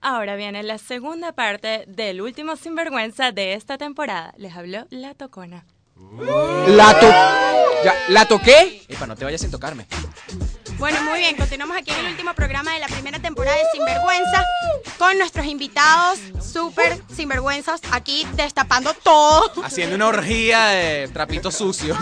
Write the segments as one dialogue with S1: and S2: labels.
S1: Ahora viene la segunda parte del último sinvergüenza de esta temporada. Les habló la tocona.
S2: La to... Ya, ¿La toqué? Epa, no te vayas sin tocarme.
S3: Bueno, muy bien, continuamos aquí en el último programa de la primera temporada de Sinvergüenza con nuestros invitados súper sinvergüenzas aquí destapando todo.
S2: Haciendo una orgía de trapitos sucios.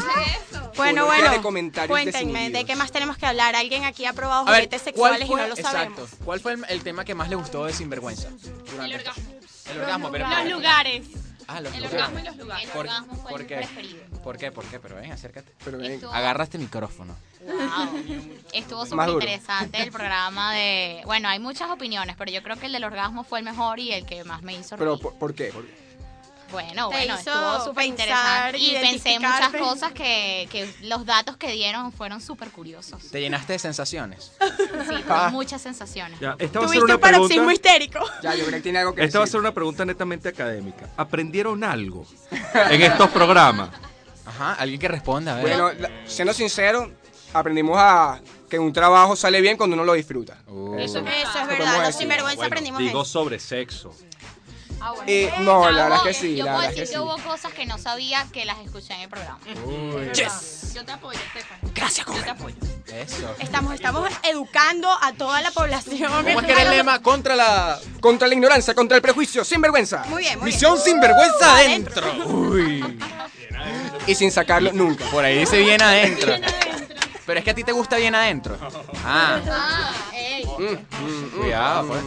S3: Bueno,
S4: Orgía
S3: bueno,
S4: de comentarios
S3: cuéntenme,
S4: desinhibidos.
S3: ¿de qué más tenemos que hablar? ¿Alguien aquí ha probado
S2: A ver,
S3: juguetes
S2: ¿cuál
S3: sexuales y
S2: fue-
S3: no lo sabemos?
S2: Exacto. ¿Cuál fue el, el tema que más le gustó de Sinvergüenza? Durante-
S5: El orgasmo.
S2: El orgasmo, pero...
S5: Los lugares.
S2: Ah, los
S5: El
S2: lugares.
S5: orgasmo y los lugares.
S2: ¿Por,
S6: orgasmo fue
S2: por
S6: mi
S2: qué?
S6: preferido.
S2: ¿Por qué? ¿Por qué? Pero ven, acércate.
S4: Pero ven,
S6: Esto-
S2: Agarra este micrófono.
S6: Wow. Estuvo
S4: Ah. Más
S6: súper
S4: duro.
S6: interesante el programa de... Bueno, hay muchas opiniones, pero yo creo que el del orgasmo fue el mejor y el que más me hizo
S4: pero
S6: reír.
S4: ¿por, por qué? Por-
S6: Bueno,
S3: Te
S6: bueno,
S3: hizo
S6: estuvo súper
S3: pensar,
S6: interesante. Y pensé muchas
S3: identificarte.
S6: cosas que, que los datos que dieron fueron súper curiosos.
S2: Te llenaste de sensaciones.
S6: Sí,
S4: Ah.
S6: con muchas sensaciones.
S7: Ya, esta va a ser
S3: Tuviste
S7: una
S3: un paroxismo
S7: pregunta.
S3: histérico.
S4: Ya, yo creo que tiene algo que
S7: Esta va a ser
S4: decir.
S7: una pregunta netamente académica. ¿Aprendieron algo en estos programas?
S2: Ajá, alguien que responda, a ver.
S4: Bueno, la- siendo sincero, aprendimos a que un trabajo sale bien cuando uno lo disfruta.
S2: Uh,
S5: Eso es-
S3: Eso es
S5: Podemos
S3: verdad, los
S4: decir,
S3: sinvergüenza
S7: Bueno,
S3: aprendimos
S7: digo
S3: eso.
S7: sobre sexo.
S4: Eh, no, la verdad
S6: Hubo-
S4: es que sí,
S6: Yo
S4: la
S6: puedo
S4: verdad es
S6: decir
S4: que
S6: que,
S4: sí.
S6: hubo cosas que no sabía que las escuché en el programa.
S5: Yo te apoyo, Estefan. Gracias, Yo te apoyo.
S2: eso.
S3: Estamos, estamos educando a toda la población.
S2: ¿Cómo es que era el lema? Contra la...
S4: Contra la ignorancia, contra el prejuicio, sin vergüenza.
S3: Muy bien, muy
S2: Misión sinvergüenza adentro. Uy.
S4: Y sin sacarlo nunca.
S2: Por ahí dice bien adentro. Pero es que a ti te gusta bien adentro. Ah, Mm,
S6: Ah, ey.
S2: cuidado, pues.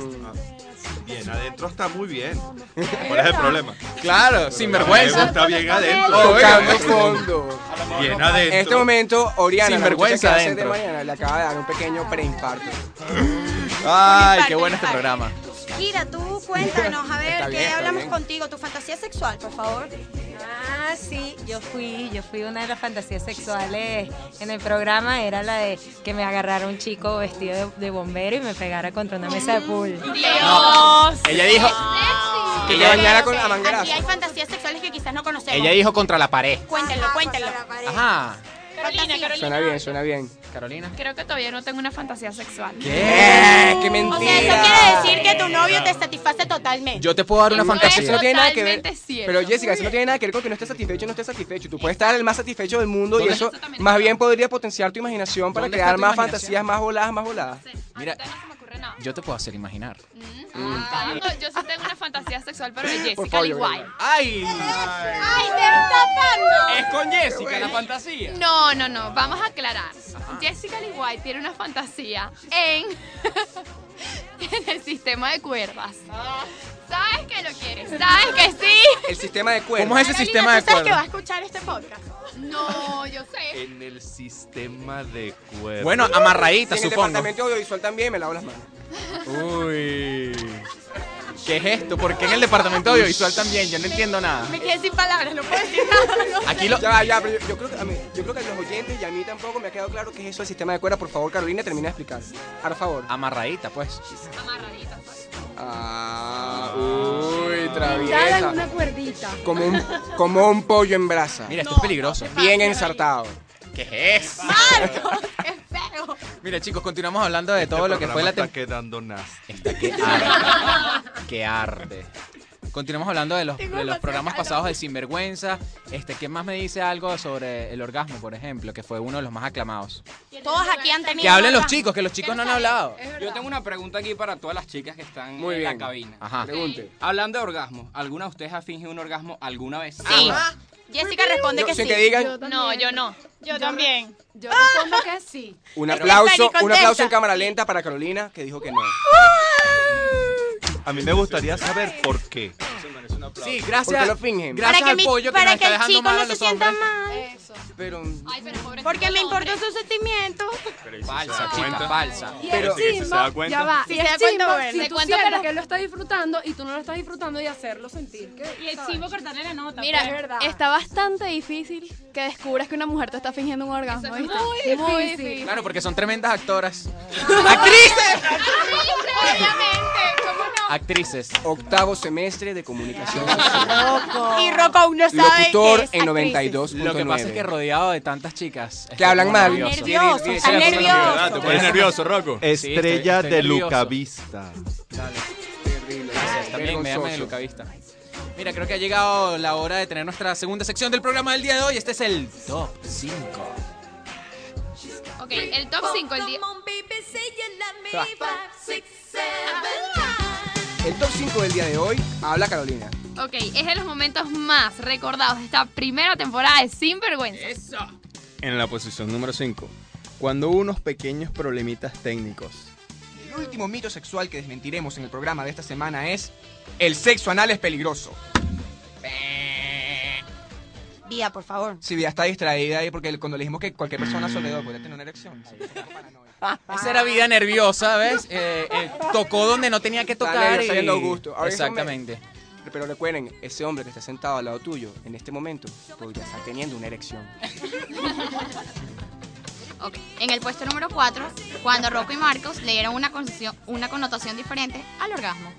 S7: Bien, adentro está muy bien. ¿Cuál es el problema?
S2: Claro, sinvergüenza.
S7: Está bien adentro.
S4: Tocando fondo.
S7: Bien
S4: En este
S7: adentro.
S4: momento, Oriana, la
S2: Sinvergüenza
S4: muchacha que hace de
S2: adentro.
S4: mañana, le acaba de dar un pequeño preinfarto.
S2: Ay, qué bueno este programa.
S3: Kira, tú cuéntanos, a ver,
S4: Está
S3: ¿qué
S4: bien, está
S3: hablamos
S4: bien.
S3: contigo? Tu fantasía sexual, por favor.
S8: Ah, sí, yo fui, yo fui una de las fantasías sexuales en el programa, era la de que me agarrara un chico vestido de, de bombero y me pegara contra una mesa de pool.
S5: Dios.
S2: Ella dijo, Ya,
S4: Que le bañara
S3: Pero,
S4: con
S3: ok,
S4: la
S3: Aquí hay
S4: manguerazo.
S3: fantasías sexuales que quizás no conocemos.
S2: ella dijo contra la pared.
S3: Cuéntenlo, cuéntenlo.
S2: Ajá.
S5: Carolina, Carolina.
S4: Suena bien, suena bien.
S2: Carolina.
S5: Creo que todavía no tengo una fantasía sexual.
S4: ¡Eh! ¡Qué
S3: O
S4: mentira!
S3: sea, eso quiere decir que tu novio te satisface totalmente.
S2: Yo te puedo dar una
S4: Eso no
S2: fantasía.
S4: tiene nada que ver.
S5: Totalmente cierto.
S4: Pero Jessica, eso no tiene nada que ver con que no estés satisfecho o no estés satisfecho. Tú puedes estar el más satisfecho del mundo y
S2: ¿Dónde-
S4: eso
S5: Eso también
S4: más
S5: está.
S4: bien podría potenciar tu imaginación para
S2: ¿Dónde
S4: crear
S2: está tu
S4: más
S2: imaginación?
S4: fantasías, más voladas, más voladas.
S2: Mira.
S5: Ahorita no se me ocurre nada.
S2: Yo te puedo hacer imaginar.
S5: Ah, no, yo sí tengo una fantasía sexual, pero de Jessica
S4: Por favor,
S5: al igual.
S4: Gabriela.
S2: ¡Ay!
S3: ¡Ay, te está tapando!
S2: Es con Jessica la fantasía.
S5: No, no, no, vamos a aclarar. Jessica Liguay tiene una fantasía en, en el sistema de cuerdas.
S2: Ah.
S5: ¿Sabes que lo quieres? ¿Sabes que sí?
S4: El sistema de cuerdas.
S2: ¿Cómo es ese
S3: Carolina,
S2: sistema de
S3: ¿tú sabes que va a
S2: cuerdas?
S3: escuchar este podcast?
S5: No, yo sé.
S7: En el sistema de cuerpo.
S2: Bueno, amarradita,
S4: en el
S2: supongo.
S4: departamento audiovisual también me lavo las manos.
S2: Uy. ¿Qué es esto? ¿Por qué en el departamento audiovisual también? Yo no entiendo nada.
S3: Me quedé sin palabras, no puedo decir nada.
S2: Aquí lo.
S4: Ya, ya, pero yo, yo creo que a mí- yo creo que a los oyentes y a mí tampoco me ha quedado claro qué es eso del sistema de cuerdas. Por favor, Carolina, termina de explicar. Por favor.
S2: Amarradita, pues.
S4: Ah, uy,
S9: Pintada en una
S4: traviesa.
S9: cuerdita.
S4: Como un, como un pollo en brasa.
S2: Mira, esto es peligroso.
S4: Bien ensartado.
S2: ¿Qué es?
S3: Espero.
S2: Mira, chicos, continuamos hablando
S7: Este
S2: de todo lo que fue la
S7: está
S2: temporada.
S7: quedando nasty.
S2: Está que arde. que arde. Continuamos hablando de los, de los programas pasados de Sinvergüenza. Este, ¿Quién más me dice algo sobre el orgasmo, por ejemplo? Que fue uno de los más aclamados.
S3: Todos aquí han tenido.
S2: Que hablen los
S3: orgasmo.
S2: chicos, que los chicos no han hablado.
S10: Yo tengo una pregunta aquí para todas las chicas que están
S4: Muy
S10: en
S4: bien.
S10: la cabina.
S2: Ajá.
S4: Pregunte.
S10: Hablando de orgasmos, ¿alguna de ustedes ha fingido un orgasmo alguna vez? Ah,
S6: Sí.
S3: Jessica responde
S4: Yo-
S3: que sí.
S4: sin que digan,
S9: Yo también.
S6: No, yo no.
S3: Yo también.
S9: Yo respondo que sí.
S4: un
S3: Estoy
S4: aplauso,
S3: feliz,
S4: un aplauso
S3: contenta.
S4: en cámara lenta para Carolina, que dijo que no.
S7: A mí me gustaría saber por qué.
S2: Sí,
S4: ¿Por qué
S2: gracias.
S4: lo fingen?
S2: Gracias
S3: para que,
S2: al
S3: mi-
S2: pollo que
S3: para
S2: nos
S3: que
S2: está
S3: el
S2: dejando
S3: chico
S2: mal a
S3: no se
S2: los
S3: sienta
S2: hombres.
S3: mal.
S4: Pero,
S6: Ay, pero pobre
S3: Porque me
S6: hombre.
S3: importan sus sentimientos.
S2: Falsa, chica, falsa.
S9: Y
S4: Pero-
S9: es
S7: Sí, si se da
S9: chimbo,
S7: cuenta.
S9: ya va,
S3: Si
S9: y
S3: se
S9: es
S3: da cuenta,
S9: chimbo
S3: bueno.
S9: si
S3: Te
S9: tú
S3: cuento,
S9: sientes
S3: pero-
S9: que él lo está disfrutando y tú no lo estás disfrutando y hacerlo sentir que
S5: Y el chivo cortarle la nota.
S9: Mira, está bastante difícil que descubras que una mujer te está fingiendo un orgasmo.
S5: Eso es
S9: ¿viste?
S5: muy difícil.
S2: Claro, porque son tremendas actoras. Ah. ¡Actrices!
S5: obviamente. ¿Cómo no?
S2: Actrices.
S4: octavo semestre de comunicación social.
S3: Y Rocco aún no sabe
S4: Locutor
S3: que es
S4: en
S3: actrices.
S4: 92.9.
S2: Lo que pasa es que rodeado de tantas chicas. estoy
S4: hablan
S2: como
S4: mal. Ah,
S2: nervioso.
S4: Nervio-
S3: Nervioso, está
S2: Sí, sí,
S3: nervioso.
S2: Estoy nervioso,
S7: Rocco.
S2: Sí, estoy-
S7: Estrella
S2: estoy
S7: de
S2: nervioso.
S7: Lucavista.
S2: También me llaman el
S10: Vergonzoso.
S2: Lucavista. Mira, creo que ha llegado la hora de tener nuestra segunda sección del programa del día de hoy. Este es el Top 5.
S5: Ok, el top 5 el día.
S4: El top 5 del día de hoy habla Carolina.
S5: Ok, es de los momentos más recordados de esta primera temporada de Sinvergüenza. Eso.
S11: En la posición número 5. Cuando hubo unos pequeños problemitas técnicos.
S4: El último mito sexual que desmentiremos en el programa de esta semana es el sexo anal es peligroso.
S3: Vía, por favor.
S4: Si Vida está distraída ahí porque cuando le dijimos que cualquier persona alrededor puede tener una erección.
S2: Esa era vida nerviosa, ¿ves? Eh, eh, tocó donde no tenía que tocar.
S4: Dale,
S2: y-
S4: saliendo Augusto. Ahora mismo
S2: Exactamente.
S4: me- Pero recuerden, ese hombre que está sentado al lado tuyo en este momento podría estar teniendo una erección.
S6: Ok, En el puesto número 4, cuando Rocco y Marcos le dieron una, concesión- una connotación diferente al orgasmo.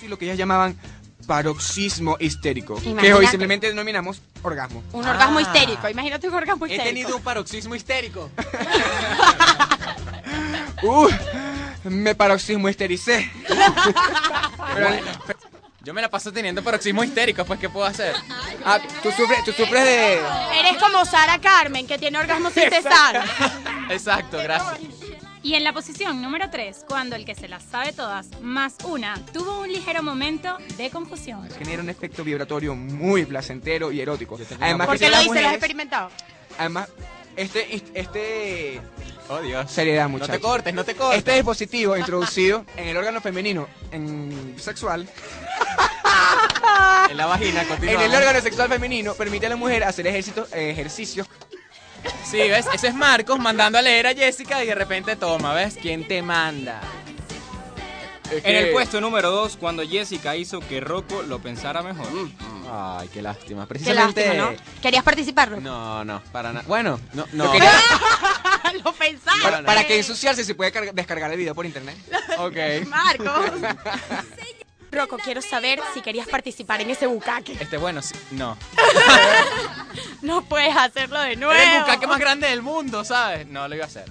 S4: Y lo que ellas llamaban paroxismo histérico, que hoy
S6: Imagínate.
S4: simplemente denominamos orgasmo.
S3: Un orgasmo histérico. Imagínate un orgasmo
S2: Ah. He
S3: histérico.
S2: tenido un paroxismo histérico.
S4: Uh, me paroxismo histericé. Pero-
S2: Yo me la paso teniendo paroxismo histérico, pues ¿qué puedo hacer?
S4: Ah, tú sufres, tú sufres de...
S3: Eres como Sara Carmen, que tiene orgasmo sin cesar.
S2: Exacto, gracias.
S12: Y en la posición número 3, cuando el que se las sabe todas, más una, tuvo un ligero momento de confusión.
S4: Genera un efecto vibratorio muy placentero y erótico. Además,
S3: ¿Por
S4: que
S3: qué lo hice? ¿Lo
S4: las
S3: has
S4: mujeres-
S3: experimentado?
S4: Además, este, este...
S2: Oh, Dios.
S4: Seriedad,
S2: No
S4: muchachos.
S2: te cortes, no te cortes.
S4: Este dispositivo introducido en el órgano femenino en sexual,
S2: En la vagina,
S4: en
S2: continúa.
S4: el órgano sexual femenino, permite a la mujer hacer eh, ejército- ejercicios
S2: Sí, ¿ves? Ese es Marcos mandando a leer a Jessica y de repente toma, ¿ves? ¿Quién te manda?
S10: En el puesto número 2, cuando Jessica hizo que Rocco lo pensara mejor.
S2: Ay, qué lástima.
S3: Qué lástima, ¿no? ¿Querías participar? Rocco?
S2: No, no, para nada. Bueno, no, no.
S3: lo pensaste.
S4: para, para que ensuciarse se puede carga- descargar el video por internet.
S2: ok.
S3: Marcos. Rocco, quiero saber si querías participar en ese bucaque.
S2: Este, bueno, sí, no.
S3: No puedes hacerlo de nuevo.
S2: Eres el bucaque más grande del mundo, ¿sabes? No lo iba a hacer.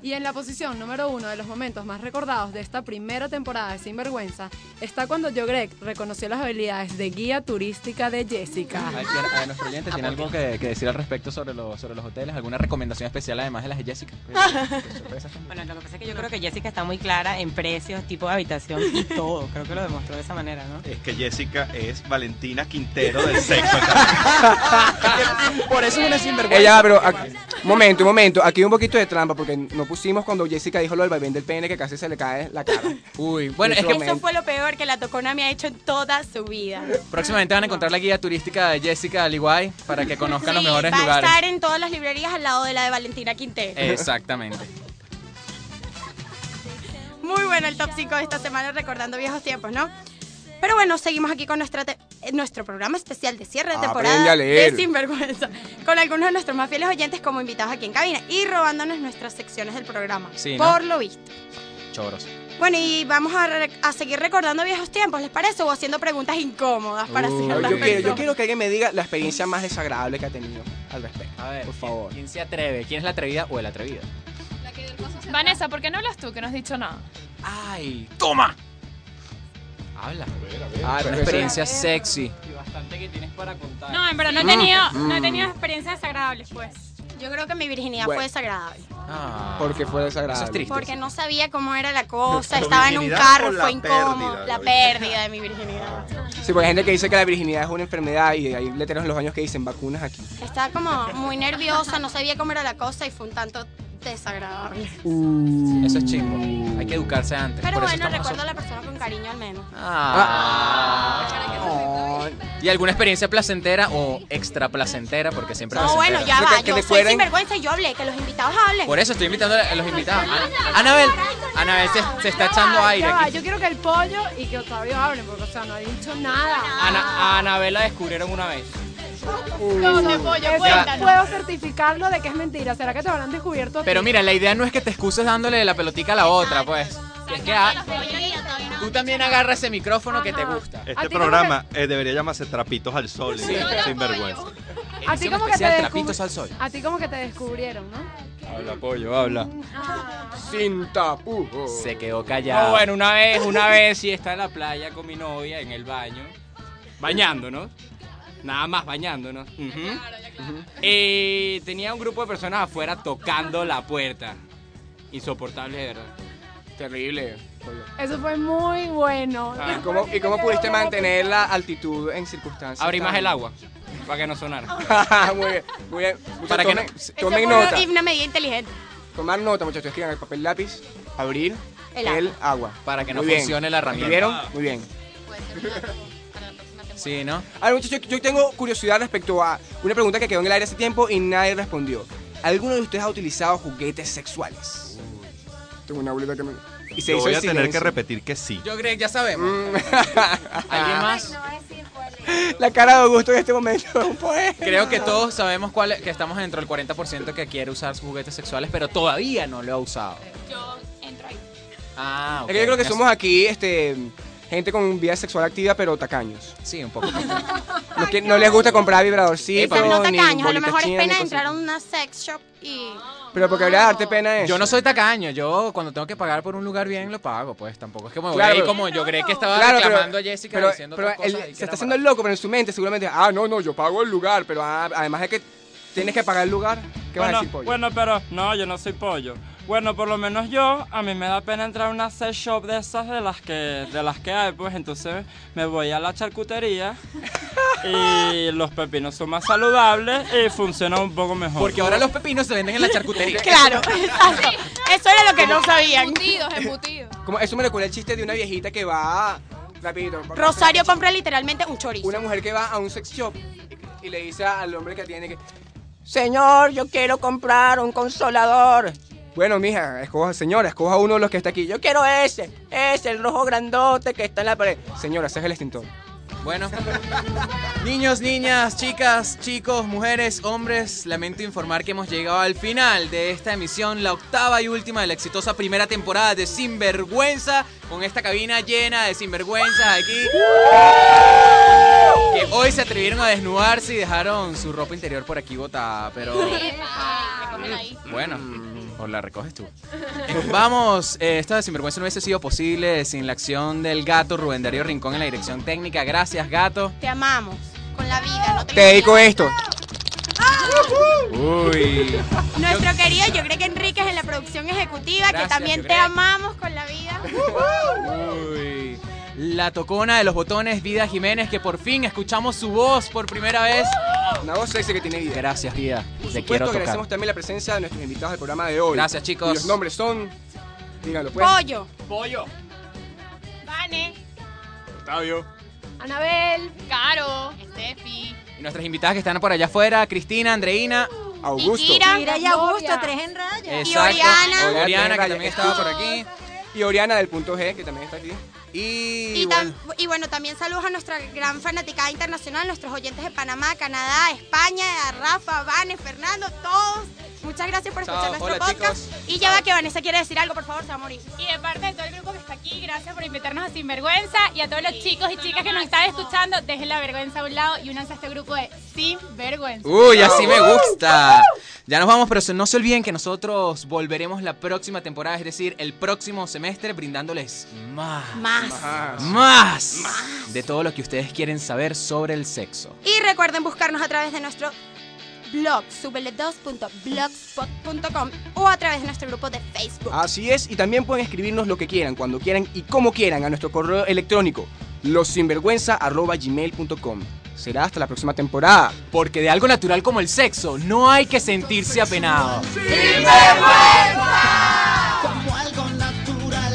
S9: Y en la posición número uno de los momentos más recordados de esta primera temporada de Sinvergüenza está cuando Joe Greg reconoció las habilidades de guía turística de Jessica.
S2: Ay, que- A nuestro oyente tiene algo que, que decir al respecto sobre, los sobre los hoteles, alguna recomendación especial además de las de Jessica.
S13: Bueno, lo que pasa es que yo creo que Jessica está muy clara en precios, tipo de habitación y todo. Creo que lo demostró de esa manera, ¿no?
S11: Es que Jessica es Valentina Quintero del sexo.
S2: Por eso es una sinvergüenza.
S4: Ella, pero ac- momento, momento, aquí hay un poquito de trampa porque no pusimos cuando Jessica dijo lo del vaivén del pene que casi se le cae la cara.
S2: Uy, bueno, es
S3: eso
S2: que
S3: fue lo peor que la Tocona me ha hecho en toda su vida.
S2: próximamente van a encontrar la guía turística de Jessica Aliguay para que conozcan los mejores
S3: Va a
S2: lugares.
S3: estar en todas las librerías al lado de la de Valentina Quintero.
S2: Exactamente.
S3: Muy bueno el top 5 de esta semana, recordando viejos tiempos, ¿no? Pero bueno, seguimos aquí con nuestra te- eh, nuestro programa especial de cierre de
S4: Aprende
S3: temporada
S4: a leer.
S3: de Sinvergüenza, con algunos de nuestros más fieles oyentes como invitados aquí en cabina y robándonos nuestras secciones del programa,
S2: Sí, ¿no?
S3: por lo visto.
S2: Choros.
S3: Bueno, y vamos a, re- a seguir recordando viejos tiempos, ¿les parece? O haciendo preguntas incómodas para
S4: Uy,
S3: hacer
S4: yo,
S3: las
S4: quiero, yo
S3: personas.
S4: quiero que alguien me diga la experiencia más desagradable que ha tenido al respecto.
S2: A ver, por favor. ¿Quién se atreve? ¿Quién es la atrevida o el atrevido?
S5: Vanessa, ¿por qué no hablas tú que no has dicho nada?
S2: ¡Ay! ¡Toma! Habla. Ah,
S4: pero
S2: una
S4: eso-
S2: experiencia sexy.
S10: Y bastante que tienes para contar.
S12: No, en verdad no he
S2: Mm.
S12: tenido, no he
S2: Mm.
S12: tenido experiencias desagradables, pues.
S3: Yo creo que mi virginidad
S4: Bueno.
S3: fue desagradable.
S2: Ah.
S4: Porque fue desagradable.
S3: Porque no sabía cómo era la cosa,
S4: ¿Tu
S3: estaba en un
S4: virginidad
S3: carro,
S4: o la
S3: fue incómodo.
S4: pérdida de
S3: la
S4: la
S3: pérdida de mi virginidad.
S4: Sí, porque hay gente que dice que la virginidad es una enfermedad y hay letreros en los baños que dicen vacunas aquí.
S3: Estaba como muy nerviosa, no sabía cómo era la cosa y fue un tanto desagradable.
S2: Eso es chingo. Hay que educarse antes.
S3: Pero
S2: por eso
S3: bueno,
S2: estamos
S3: recuerdo a la persona con cariño al menos.
S4: Ah.
S2: Ah. ¿Y alguna experiencia placentera o extra placentera? Porque siempre
S3: No,
S2: placentera.
S3: bueno, ya va, yo soy sinvergüenza y yo hablé, que los invitados hablen.
S2: Por eso estoy invitando a los invitados. Ana- Anabel, Anabel se, se está echando aire
S9: Ya va,
S2: aquí.
S9: yo quiero que el pollo y que Octavio hablen, porque o sea, no ha dicho nada.
S2: Ah,
S10: Ana- a Anabel la descubrieron una vez.
S9: Eso-
S10: pollo?
S9: eso
S10: Cuéntanos.
S9: puedo certificarlo de que es mentira. ¿Será que te habrán descubierto? a ti?
S2: Pero mira, la idea no es que te excuses dándole la pelotica a la otra, pues. Es que ah, tú también agarra ese micrófono que te gusta.
S11: Este programa eh, debería llamarse Trapitos al Sol.
S2: Sí.
S11: Sin vergüenza.
S9: a ti como que te
S2: especial
S9: descubri-
S2: Trapitos al Sol.
S9: A ti como que te descubrieron, ¿no?
S11: A Habla, pollo, habla.
S4: Sin tapujo.
S2: Se quedó callado.
S10: No, bueno, una vez, una vez sí está en la playa con mi novia en el baño, bañándonos. Nada más bañándonos. Ujú. Eh, tenía un grupo de personas afuera tocando la puerta. Insoportable, de verdad.
S4: Terrible.
S9: Eso fue muy bueno.
S3: Ah.
S4: ¿Y cómo, y cómo pudiste mantener la altitud en circunstancias?
S10: Abrí más
S4: tan-
S10: el agua para que no sonara.
S4: muy bien, muy bien. Muchachos,
S10: Para que
S4: tomen,
S10: no-
S4: tomen
S3: Eso fue
S4: nota.
S3: una medida inteligente.
S4: Tomar nota, muchachos. Escriban el papel lápiz, abrir
S3: El
S4: el,
S3: agua.
S4: agua.
S2: Para que no
S4: Muy bien.
S2: funcione la herramienta.
S4: ¿Vieron? Muy bien.
S2: Sí, ¿no?
S4: Ahora, muchachos, yo, yo tengo curiosidad respecto a una pregunta que quedó en el aire hace tiempo y nadie respondió. ¿Alguno de ustedes ha utilizado juguetes sexuales? Tengo una bolita que me... Y se
S7: Yo
S4: hizo
S7: voy
S4: el
S7: a tener que
S4: silencio.
S7: repetir que sí.
S2: Yo creo que ya sabemos.
S14: Mm.
S2: ¿Alguien más?
S4: La cara de Augusto en este momento es un poema.
S2: Creo que todos sabemos cuál es- que estamos dentro del 40% que quiere usar sus juguetes sexuales, pero todavía no lo ha usado.
S13: Yo entro ahí.
S2: Ah, ok.
S4: Es que yo creo que somos aquí este, gente con vida sexual activa, pero tacaños.
S2: Sí, un poco.
S4: Los que no les gusta comprar
S3: Quizás
S4: vibradorcito,
S3: no
S4: ni
S3: tacaños, a lo
S4: bolitas
S3: mejor es
S4: chinas, ni
S3: pena
S4: cosas.
S3: entrar a una sex shop y...
S4: Pero porque habría de darte pena eso.
S2: Yo no soy tacaño, yo cuando tengo que pagar por un lugar bien lo pago, pues tampoco es que me voy
S4: Claro,
S2: ahí
S4: pero-
S2: como yo creí que estaba
S4: Claro, pero-
S2: reclamando a Jessica
S4: pero,
S2: diciendo
S4: pero
S2: otras cosas ahí
S4: él
S2: que
S4: se está
S2: era
S4: haciendo el loco, pero en su mente seguramente, ah, no, no, yo pago el lugar, pero ah, además de que tienes que pagar el lugar, ¿qué vas a
S14: bueno,
S4: decir, pollo?
S14: bueno, pero no, yo no soy pollo. Bueno, por lo menos yo, a mí me da pena entrar a una sex shop de esas de las que, de las que hay, pues entonces me voy a la charcutería y los pepinos son más saludables y funcionan un poco mejor.
S2: Porque ahora los pepinos se venden en la charcutería.
S3: Claro, exacto. Eso era lo que no sabían.
S5: Embutidos, embutidos.
S4: Como- eso me recuerda el chiste de una viejita que va, rapidito.
S3: Rosario compra literalmente un chorizo.
S4: Una mujer que va a un sex shop y le dice al hombre que tiene que, señor, yo quiero comprar un consolador. Bueno, mija, escoja, señora, escoja uno de los que está aquí. Yo quiero ese, ese, el rojo grandote que está en la pared. Señora, ese es el extintor.
S2: Bueno, niños, niñas, chicas, chicos, mujeres, hombres, lamento informar que hemos llegado al final de esta emisión, la octava y última de la exitosa primera temporada de Sinvergüenza, con esta cabina llena de sinvergüenzas aquí. Que hoy se atrevieron a desnudarse y dejaron su ropa interior por aquí botada, pero bueno, o la recoges tú. Vamos, eh, esta sinvergüenza no hubiese sido posible sin la acción del gato Rubén Darío Rincón en la dirección técnica. Gracias, gato.
S3: Te amamos con la vida, no te
S2: Te dedico
S4: esto.
S2: Uy.
S3: Nuestro querido, yo creo que Enrique es en la producción ejecutiva, que
S2: Gracias,
S3: también te
S2: Yogrek.
S3: amamos con la vida. Uh,
S2: Uy. La tocona de los botones, Vida Jiménez, que por fin escuchamos su voz por primera vez.
S4: Una voz sexy que tiene vida.
S2: Gracias, Vida.
S4: Por
S2: Te
S4: supuesto,
S2: quiero
S4: agradecemos
S2: tocar.
S4: también la presencia de nuestros invitados del programa de hoy.
S2: Gracias, chicos.
S4: Y los nombres son. Díganlo, pues.
S3: Pollo.
S2: Pollo.
S3: Vane.
S4: Octavio.
S3: Anabel.
S5: Caro.
S3: Steffi.
S2: Y nuestras invitadas que están por allá afuera, Cristina, Andreina.
S8: Mira, ya Augusto, tres en raya.
S2: Exacto. Oriana,
S4: Oriana,
S2: que también estaba por aquí.
S4: Y Oriana del punto G, que también está aquí.
S2: Y,
S3: Y, tam- y bueno, también saludos a nuestra gran fanaticada internacional, nuestros oyentes de Panamá, Canadá, España, a Rafa, Vane, Fernando, todos. Muchas gracias por escuchar
S5: Chao.
S3: nuestro
S5: Hola,
S3: podcast. Y ya va que Vanessa quiere decir algo, por favor, se va a morir.
S12: Y de parte de todo el grupo que está aquí, gracias por invitarnos a Sinvergüenza y a todos los chicos y chicas que nos están escuchando, dejen la vergüenza a un lado y únanse a este grupo de Sinvergüenza.
S2: Uy, así me gusta. Ya nos vamos, pero se- no se olviden que nosotros volveremos la próxima temporada, es decir, el próximo semestre, brindándoles más.
S3: Más.
S2: Más. De todo lo que ustedes quieren saber sobre el sexo.
S3: Y recuerden buscarnos a través de nuestro blog, subele2.blogspot.com o a través de nuestro grupo de Facebook.
S4: Así es, y también pueden escribirnos lo que quieran, cuando quieran y como quieran a nuestro correo electrónico, losinvergüenza.gmail.com. Será hasta la próxima temporada.
S2: Porque de algo natural como el sexo, no hay que sentirse apenado.
S15: Como algo natural.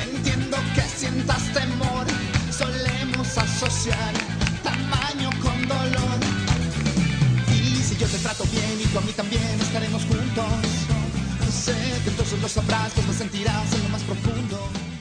S15: Entiendo que sientas temor. Solemos asociar tamaño con dolor. Y si yo te trato bien y tú a mí también estaremos juntos. Sé que entonces lo sabrás, pues lo sentirás en lo más profundo.